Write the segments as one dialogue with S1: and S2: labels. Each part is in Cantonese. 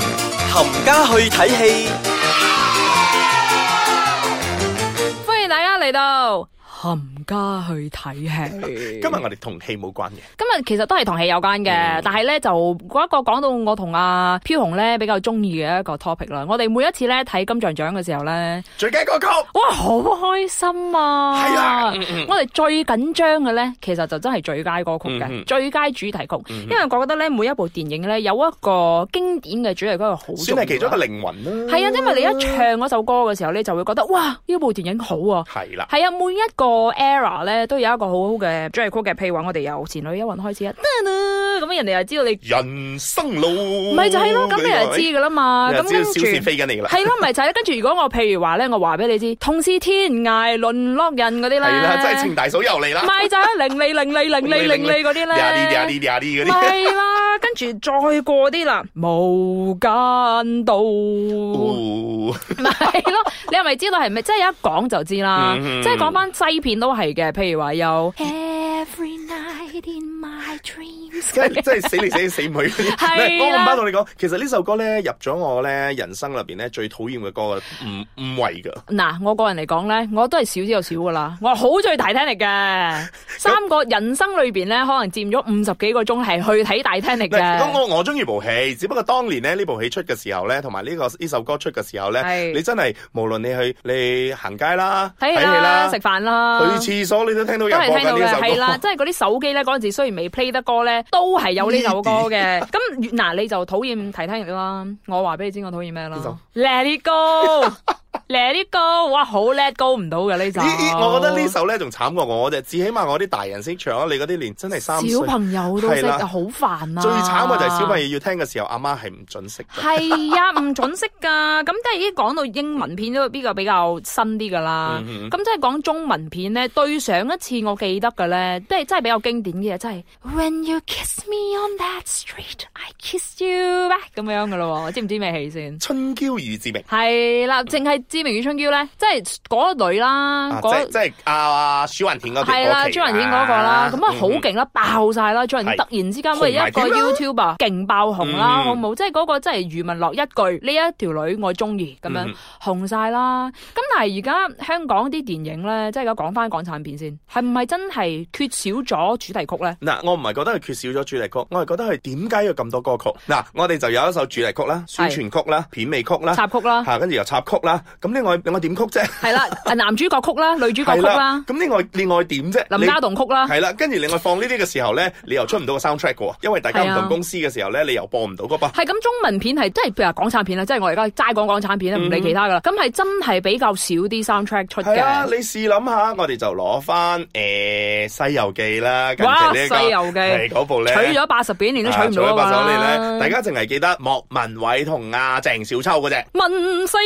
S1: 冚家去睇戲，
S2: 欢迎大家嚟到冚家去睇戲。
S3: 今日我哋同戲冇關嘅，
S2: 今日其實都係同戲有關嘅，
S3: 嗯
S2: 但係咧就嗰一個講到我同阿飄紅咧比較中意嘅一個 topic 啦。我哋每一次咧睇金像獎嘅時候咧，
S3: 最佳歌曲
S2: 哇，好開心啊！
S3: 係啊，嗯嗯
S2: 我哋最緊張嘅咧，其實就真係最佳歌曲嘅、
S3: 嗯嗯
S2: 最佳主題曲，
S3: 嗯
S2: 因為我覺得咧每一部電影咧有一個經典嘅主題曲係好重
S3: 算
S2: 要啊
S3: 係其中一
S2: 嘅。
S3: 個靈魂啦。
S2: 係啊，因為你一唱嗰首歌嘅時候咧，就會覺得哇呢部電影好啊！
S3: 係啦，
S2: 係啊，每一個 era 咧都有一個好好嘅主題曲嘅，譬如話我哋由前女一雲開始啊，噔噔咁人哋就知道你
S3: 人生路
S2: 咪就係咯，咁你就知噶啦嘛，咁
S3: 嗯你就
S2: 跟
S3: 知道啊小倩
S2: 住。
S3: 飛緊你啦。
S2: 係咯，咪就係咯跟住如果我譬如話咧，我話俾你知，同是天涯淪落人嗰啲咧，
S3: 係啦，真係情大嫂又嚟啦。
S2: 咪就係零你零你零 你零你嗰
S3: 嗲
S2: 啲
S3: 啲嗲
S2: 咧，
S3: 啲嗲啲嗰啲，
S2: 咪啦，跟住再過啲啦，無間道。
S3: 哦
S2: 咪係咯，你係咪知道係咪？即係一講就知啦。
S3: 嗯
S2: 即係講翻西片都係嘅，譬如話有
S4: Every night in my dreams。
S3: 真係真係死嚟死去死唔 去嗰啲。
S2: 係啦
S3: 唔係我唔包同你講，其實呢首歌咧入咗我咧人生入邊咧最討厭嘅歌唔唔為㗎。
S2: 嗱，我個人嚟講咧，我都係少之又少噶啦。我好中意大廳力嘅，三個人生裏邊咧，可能佔咗五十幾個鐘係去睇大廳力
S3: 嗱，
S2: 嘅。
S3: 我我中意部戲，只不過當年咧呢部戲出嘅時候咧，同埋呢個呢首歌出嘅時候咧，
S2: 係
S3: 你真係無論你去你行街啦、
S2: 睇戲
S3: 戲
S2: 啦，
S3: 啦
S2: 食、飯啦，
S3: 去廁所，你都聽到
S2: 都
S3: 有人
S2: 係
S3: 播
S2: 聽到
S3: 緊呢
S2: 嘅，
S3: 首
S2: 係
S3: 歌。
S2: 啦，即係嗰啲手機咧，嗰陣時雖然未 play 得歌咧，都係有呢 首歌嘅。咁嗱，你就討厭提聽力啦。我話俾你知，我討厭咩啦
S3: 呢首
S2: ？Let it go，Let it go，哇，好 let go 唔到嘅呢首。
S3: 咦咦，我覺得呢首咧仲慘過我啫，至起碼我啲大人識唱，你嗰啲連真係三歲。
S2: 小朋友都識，
S3: 係啦
S2: 好煩啊！
S3: 最慘嘅就係小朋友要聽嘅時候，阿媽係唔準識嘅。
S2: 系啊，唔準識 噶。咁即係已經講到英文片都比較比較新啲噶啦。
S3: 嗯
S2: 咁即係講中文片咧，對上一次我記得嘅咧，即係真係比較經典嘅嘢，真係
S4: When you kiss me on that street, I kiss
S2: Kiss You Back 咁樣噶咯喎。知唔知咩戲先？
S3: 春嬌與志明
S2: 係啦，淨係《志明與春嬌》咧，即係嗰一類啦，
S3: 啊，即
S2: 嗯嗰
S3: 係即係阿舒雲田嗰嗯段
S2: 係啦，朱雲天嗰個啦，咁啊好勁啦，爆晒啦！朱雲
S3: 係
S2: 突然之間，喂一
S3: 紅埋
S2: 個
S3: 添啦
S2: YouTuber 勁爆紅啦，
S3: 嗯
S2: 好冇？即係嗰個真係余文樂一句呢一條女我中意咁樣
S3: 嗯
S2: 紅晒啦。咁但係而家香港啲電影咧，即係而家講翻港產片先，係唔係真係缺少咗主題曲咧？
S3: 嗱，我唔係覺得佢缺少咗主題曲，我係覺得佢點解要咁多歌曲？嗱，我哋就有一首主題曲啦、宣傳曲啦、片尾曲啦，啊
S2: 插曲 啦，
S3: 嚇，跟住又插曲啦。咁另外另外點曲啫？
S2: 係啦，啊男主角曲 啦，女主角曲
S3: 係
S2: 啦，
S3: 咁另外另外點啫？
S2: 林家棟曲啦
S3: 你。係啦，跟住另外放呢啲嘅時候咧，你又出唔到個 soundtrack 嘅喎，因為大家
S2: 係
S3: 唔
S2: 啊
S3: 同公司嘅時候咧，你又播唔到嗰 噃。
S2: 係咁，中文片係即係譬如話港產片啦，即係我而家齋講港產片啦，唔理其他噶啦。咁係真係比較少啲 soundtrack 出
S3: 嗯係啊，
S2: 嘅
S3: 你。試諗下，我哋就攞翻誒《西遊記》啦，跟
S2: 哇
S3: 住呢個
S2: 西遊記
S3: 係嗰部咧，
S2: 取咗八十幾年都取唔到
S3: 啊取咗八首
S2: 啊
S3: 你
S2: 嘛
S3: 咧，大！家淨係記得莫文蔚同阿鄭少秋嗰只，
S2: 問世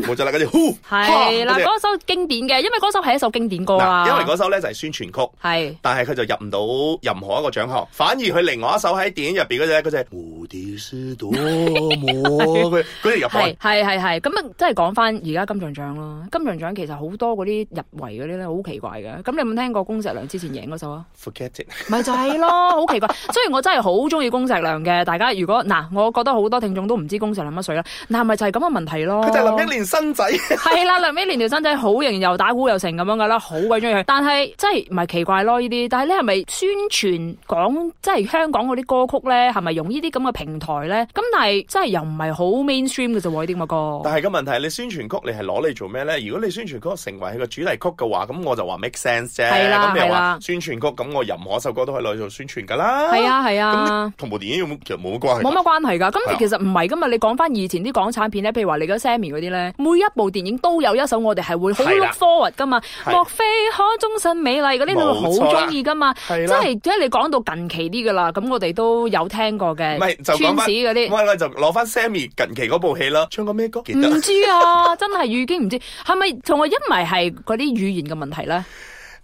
S2: 間
S3: 冇咗啦，跟住呼
S2: 係啦，
S3: 哈嗰隻
S2: 嗰啊首經典嘅，因為嗰首係一首經典歌啦。
S3: 嗱，因為嗰首咧就係宣傳曲。
S2: 係
S3: 但係佢就入唔到任何一個獎項，反而佢另外一首喺電影入邊嗰只嗰只蝴蝶是多麼，佢佢哋入
S2: 係
S3: 去。
S2: 係係係，咁啊，即係講翻而家金像獎啦。金像獎其實好多嗰啲入圍嗰啲咧，好奇怪嘅。咁你有冇聽過公石良之前贏嗰首啊？
S3: Forget it，
S2: 咪就係 咯，好奇怪。雖然我真係好中意公石良嘅，大家如果嗱，我覺得好多聽眾都唔知公石良乜水啦。嗱，咪就係咁嘅問題咯。
S3: 佢就係林憶蓮新 仔，
S2: 係啦，梁美蓮條身仔好型，又打鼓又成咁樣噶啦，好鬼中意佢。但係真係唔係奇怪咯呢啲。但係你係咪宣傳講即係香港嗰啲歌曲咧，係咪用呢啲咁嘅平台咧？咁但係真係又唔係好 mainstream 嘅啫喎，呢啲咁 嘅歌。
S3: 但係個問題，你宣傳曲你係攞嚟做咩咧？如果你宣傳曲成為佢個主題曲嘅話，咁我就話 make sense 啫。
S2: 係啦
S3: 咁你
S2: 係
S3: 又
S2: 啦
S3: 話宣傳曲，咁我任何一首歌都可以攞嚟做宣傳㗎啦。
S2: 係，啊係啊
S3: 咁。同部電影有冇其實冇乜關係㗎。
S2: 冇乜關係
S3: 係
S2: 㗎，咁
S3: 啊
S2: 其實唔係㗎嘛。你講翻以前啲港產片咧，啊譬如話你嗰 Sammy 嗰啲咧，每一部電影都有一首我哋係會好
S3: 係
S2: look
S3: 啦
S2: forward 㗎嘛。
S3: 係
S2: 莫非可終身美麗嗰啲你會
S3: 冇錯
S2: 好
S3: 啦
S2: 中意㗎嘛？
S3: 係
S2: 即
S3: 啦。
S2: 係即係你講到近期啲㗎啦，咁我哋都有聽過嘅，
S3: 唔係就
S2: 村
S3: 講
S2: 子
S3: 翻
S2: 嗰啲。
S3: 我我就攞翻 Sammy 近期嗰部戲啦，唱過咩歌？記得
S2: 唔知啊，真係已經唔知係咪同我因為係嗰啲語言嘅問題咧？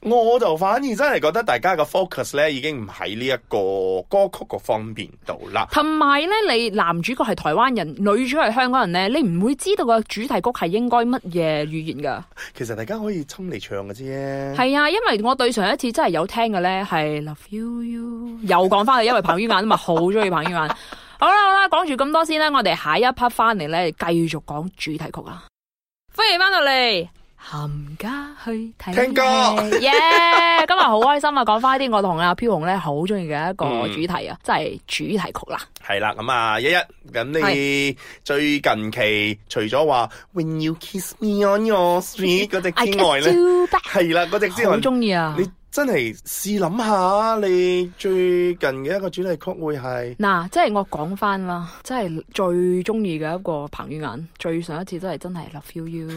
S3: 我就反而真係覺得大家嘅 focus 咧已經唔喺呢一個歌曲個方面度啦。
S2: 同埋咧，你男主角係台灣人，女主角係香港人咧，你唔會知道個主題曲係應該乜嘢語言㗎。
S3: 其實大家可以侵嚟唱嘅啫。
S2: 係啊，因為我對上一次真係有聽嘅咧係 Love You You，又講翻去，因為彭于晏啊嘛，好中意彭于晏。 好啦好啦，講住咁多先啦，我哋下一 part 翻嚟咧，繼續講主題曲啊！歡迎翻到嚟。冚家去睇
S3: 聽歌
S2: 戲耶！今日好開心啊，講翻啲我同阿飄紅咧好中意嘅一個
S3: 嗯
S2: 主題啊，即係主 題曲啦。
S3: 系啦，咁啊，一一咁你最近期除咗話 When you kiss me on your street 嗰只
S2: I
S3: 之外
S2: kiss
S3: 咧，
S2: you back
S3: 係啦，嗰只之
S2: 好
S3: 外，
S2: 中意啊！
S3: 你真係試諗下，你最近嘅一個主題曲會係
S2: 嗱，即係我講翻啦，即係最中意嘅一個彭于晏，最上一次真係真係 Love You You。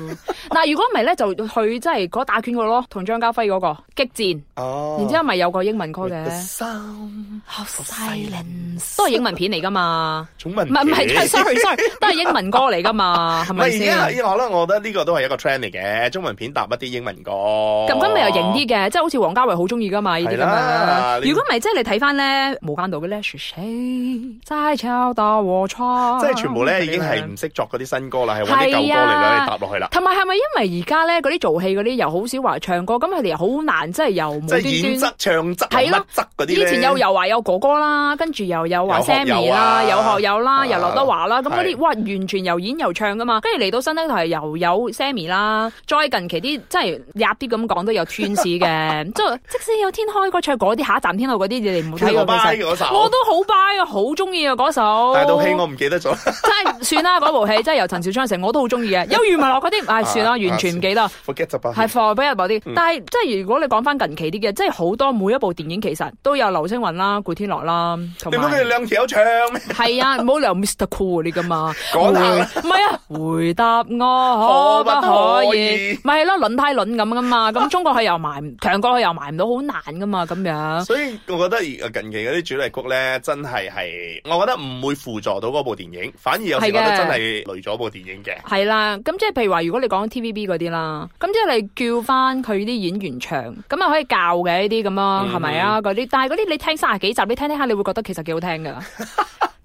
S2: 嗱，如果唔係咧，就去即係嗰打拳個咯，同張家輝嗰、個激戰，
S3: 哦，
S2: 然之後咪有個英文歌
S3: With the
S2: 嘅。
S3: sound
S4: Of
S3: silence.
S4: silence.
S2: 都係英文片嚟 噶嘛？
S3: 中文
S2: 唔係唔係
S3: 嘅
S2: 係，sorry sorry，都係英文歌嚟噶 嘛？係
S3: 唔
S2: 咪
S3: 係
S2: 先？
S3: 而家可能我覺得呢個都係一個 trend 嚟嘅，中文片搭一啲英文歌。
S2: 咁
S3: 咁
S2: 今咪又型啲嘅，即係好似王家衛好中意噶嘛呢啲咁
S3: 哦係啦
S2: 樣。如果唔係，即係你睇翻咧《無間道》嘅咧，是誰在敲打我窗？
S3: 即係全部咧已經係唔識作嗰啲新歌啦，係揾啲舊歌嚟
S2: 係
S3: 咧
S2: 啊
S3: 搭落去啦。
S2: 同埋係咪因為而家咧嗰啲做戲嗰啲又好少話唱歌，咁佢哋又好難，即係又無
S3: 即係演
S2: 端端。
S3: 質、唱質、乜
S2: 係咯
S3: 質嗰啲
S2: 以前有又華有哥哥啦，跟住又有話
S3: 有學友
S2: Sammy
S3: 啊
S2: 啦，有學友啦，又劉德華啦，咁嗰
S3: 係
S2: 啲哇完全又演又唱噶嘛，跟住嚟到新呢台又有 Sammy 啦，再近期啲即係壓啲咁講都有 Twins 嘅， 即係即使有天開嗰唱嗰啲下一站天後嗰啲，你哋唔好睇
S3: 跳
S2: 過
S3: 巴
S2: 其實
S3: 嗰首，
S2: 我都好 buy 啊，好中意啊嗰首。
S3: 啊但係套戲我唔記得咗。
S2: 真係算啦，嗰部戲真係由陳小春成，我都好中意嘅。有余文樂嗰啲，
S3: 啊
S2: 唉，算啦，完全唔記得。
S3: forget 咗吧。
S2: 係 for 俾人嗰
S3: 嗯
S2: 啲，但係即係如果你講翻近期啲嘅，即係好多每一部電影其實都有劉青雲啦、古天樂啦，同
S3: 你唔好佢哋
S2: 埋
S3: 兩條唱咩？
S2: 係啊，唔好留 Mr Cool 嗰啲噶嘛，
S3: 講下
S2: 回唔係啊，回答
S3: 可
S2: 我可不
S3: 不可
S2: 可
S3: 以
S2: 以？咪係咯，輪胎輪咁噶嘛，咁中國佢又埋唔， 強國佢又埋唔到，好難噶嘛，咁樣
S3: 所以我覺得而近期嗰啲主題曲咧，真係係我覺得唔會輔助到嗰部電影，反而有時
S2: 係
S3: 覺
S2: 嘅
S3: 得真係累咗部電影嘅。
S2: 係啦。咁即係譬如話，如果你講 TVB 嗰啲啦，咁即係你叫翻佢啲演員唱，咁啊可以教嘅呢啲咁啊，係咪啊嗰啲？但係嗰啲你聽三十幾集，你聽聽下，你會覺得其實幾好聽噶。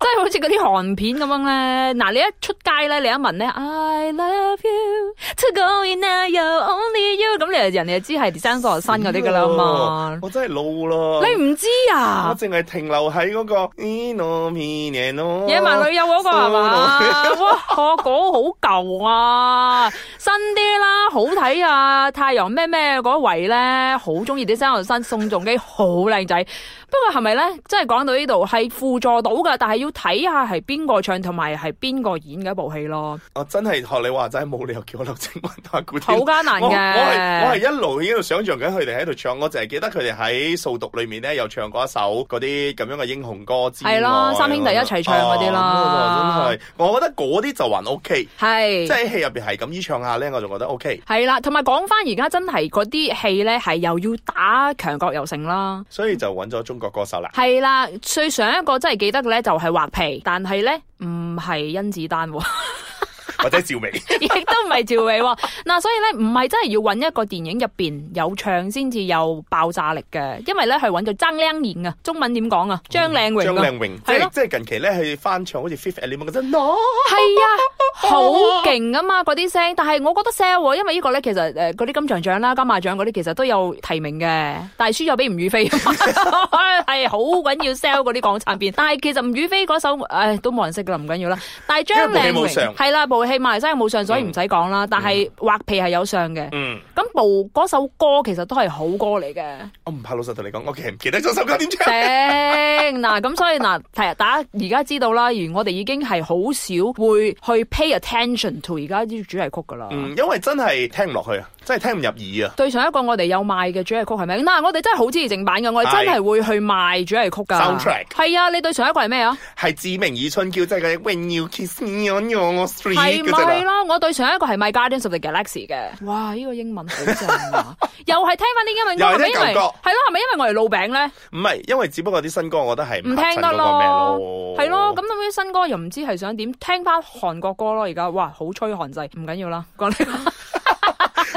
S2: 即係好似嗰啲韓片咁樣咧，嗱你一出街咧，你一問咧，I love you to go in now you only you，咁你人哋就知係 design 所新嗰啲噶啦嘛。
S3: 我真係老咯。
S2: 你唔知
S3: 我
S2: 啊？
S3: 淨係停留喺嗰個 Ino Mineno
S2: 野蠻女友嗰個
S3: 哦
S2: 係嘛？哇，我嗰個好舊啊，新啲啦，好睇啊！太陽咩咩嗰位咧，好中意啲生活新宋仲基，好靚仔。不過係咪咧？真係講到呢度係輔助到噶，但係要睇下係邊個唱同埋係邊個演嘅一部戲咯，
S3: 我哦真係學你話齋，冇理由叫我劉青雲打古
S2: 好
S3: 天樂。
S2: 艱難
S3: 我我係我係
S2: 嘅。
S3: 一路喺度想象緊佢哋喺度唱，我就係記得佢哋喺掃毒裏面咧有唱過一首嗰啲咁樣嘅英雄歌之外
S2: 係咯三兄弟一齊唱嗰啲啦
S3: 哦咁我就真係，我覺得嗰啲就還 OK，
S2: 係
S3: 即係喺戲入邊係咁依唱下咧，我就覺得 OK。
S2: 係啦，同埋講翻而家真係嗰啲戲咧，係又要打強國又成啦。
S3: 所以就揾咗中國歌 手啦。
S2: 係啦，最上一個真係記得嘅咧就係畫皮，但係咧唔係甄子丹喎，
S3: 或者趙薇，
S2: 亦都唔係趙薇喎。嗱，所以咧唔係真係要揾一個電影入邊有唱先至有爆炸力嘅，因為咧係揾咗張靚穎啊，中文點講啊？張靚
S3: 張
S2: 穎啊，
S3: 靚穎，即
S2: 係
S3: 係
S2: 咯
S3: 即係近期咧佢翻唱好似 Fifth Element 嗰陣，No，
S2: 係啊，好勁啊嘛嗰啲聲，但係我覺得 sell 喎，因為呢個咧其實呃誒嗰啲金像獎啦、金馬獎嗰啲其實都有提名嘅，但係輸咗俾吳雨霏， 係好緊要 sell 嗰啲港產片。但係其實吳雨霏嗰首誒都冇人識㗎啦，唔緊要啦。但係張
S3: 因為
S2: 靚
S3: 部戲冇上
S2: 穎係啦，部戲馬來西亞冇上，所以唔使講啦。但係畫皮係有上嘅，
S3: 嗯，
S2: 咁部嗰首歌其實都係好歌嚟嘅。
S3: 我唔怕老實同你講，我其實唔記得咗首歌點唱。
S2: 頂嗱，咁所以嗱，其實大家而家知道啦，而我哋已經係好少會去 pay attention to 而家啲主題曲噶啦。
S3: 嗯，因為真係聽唔落去啊，真係聽唔入耳啊。
S2: 對上一個我哋有賣嘅主題曲係咪？嗱，我哋真係好支持正版嘅，我哋真係會去賣主題曲噶。
S3: Soundtrack
S2: 係啊，你對上一個係咩啊？
S3: 係志明與春嬌，即係嗰啲 When you kiss me on your street
S2: 係
S3: 嗰只
S2: 咪
S3: 啦。
S2: 啦？我對上一個係賣 Guardians of the Galaxy 嘅。哇，呢個英文好正 啊！又係聽翻啲英文歌，
S3: 又係
S2: 係咪
S3: 聽
S2: 因為係
S3: 舊歌
S2: 咯？係咪因為我哋老餅咧？
S3: 唔係，因為只不過啲新歌，我覺得係
S2: 唔聽得
S3: 咯哦
S2: 咯，，係咯，咁咁啲新歌又唔知係想點，聽翻韓國歌咯，而家哇好吹韓制，唔緊要啦，講呢個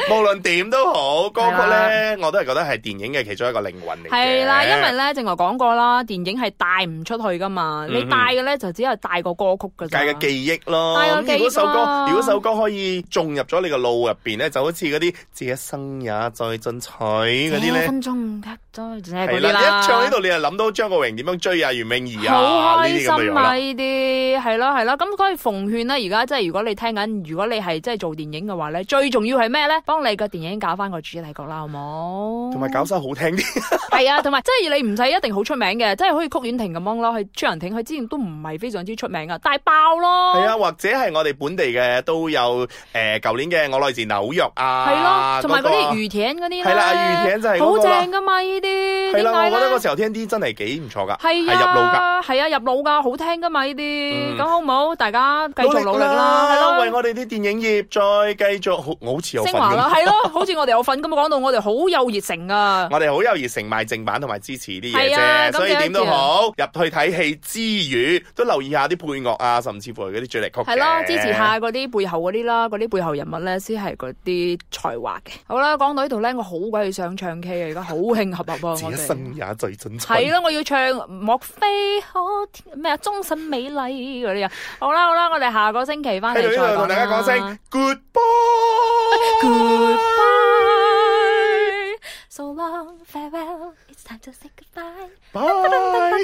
S3: 無論點都好，歌曲
S2: 係啦
S3: 咧我都係覺得係電影嘅其中一個靈魂嚟嘅。
S2: 係啦，因為咧，正話講過啦，電影係帶唔出去噶嘛，你
S3: 嗯哼
S2: 帶嘅咧就只有帶個歌曲噶咋。
S3: 計嘅記憶咯。
S2: 係
S3: 咁如
S2: 啊
S3: 果
S2: 記憶
S3: 首
S2: 啦
S3: 歌，如果首歌可以種入咗你個腦入邊咧，就好似嗰啲這一生也在進取嗰啲
S2: 這
S3: 咧。
S2: 分鐘刻咗即係
S3: 係
S2: 嗰啲
S3: 啦，
S2: 啦。
S3: 一唱呢度你就諗到張國榮點樣追啊袁詠儀
S2: 好
S3: 啊呢
S2: 開
S3: 啲咁嘅
S2: 心
S3: 樣
S2: 啊！
S3: 啦。
S2: 呢啲係咯係咯，咁所以奉勸咧，而家即係如果你聽緊，如果你係即係做電影嘅話咧，最重要係咩咧？幫你個電影搞翻個主題曲啦，好冇？
S3: 同埋搞首好聽啲，
S2: 係啊，同埋即係你唔使一定好出名嘅，即係好似曲婉婷咁樣咯，佢朱人婷佢之前都唔係非常之出名啊，但係爆咯。
S3: 係啊，或者係我哋本地嘅都有誒，舊年嘅我來自紐約
S2: 係
S3: 啊，
S2: 咯，同埋嗰啲
S3: 魚
S2: 魚艇嗰啲咧，
S3: 係啦魚艇就係嗰
S2: 好
S3: 個啦
S2: 正噶嘛呢啲，
S3: 係
S2: 點
S3: 啦，
S2: 解
S3: 我覺得
S2: 咧
S3: 嗰時候聽啲真係幾唔錯噶，
S2: 係
S3: 入腦㗎。
S2: 啊，係啊，入腦噶，好聽噶嘛呢啲，
S3: 嗯
S2: 咁好唔好？大家繼續努力啦，係咯
S3: 為。我哋啲電影業再繼續好，我好似有
S2: 升
S3: 份
S2: 華啦，
S3: 咁。
S2: 係咯，好似我哋有份咁講到，我哋好有熱誠啊 噶。
S3: 我哋好有熱誠賣正版同埋支持啲嘢
S2: 係啊咁
S3: 啫，所以
S2: 樣
S3: 點都
S2: 子啊
S3: 好，入去睇戲之餘都留意下啲配樂啊，甚至乎係嗰啲主題曲
S2: 係
S3: 嘅。
S2: 咯，支持下嗰啲背後嗰啲啦，嗰啲背後人物咧，先係嗰啲才華嘅。好啦，講到呢度咧，我好鬼想唱 K 啊，而家好興合合啊，
S3: 自
S2: 我
S3: 一
S2: 哋。
S3: 生也最盡
S2: 係
S3: 瘁。
S2: 啦，我要唱莫非可天咩啊，終身美麗嗰啲啊。好啦好啦，我哋下個星期翻嚟
S3: 喺度呢
S2: 再講
S3: 度同大家講
S2: 啦
S3: 聲 goodbye。
S4: So long, farewell. It's time to say goodbye.
S3: Bye.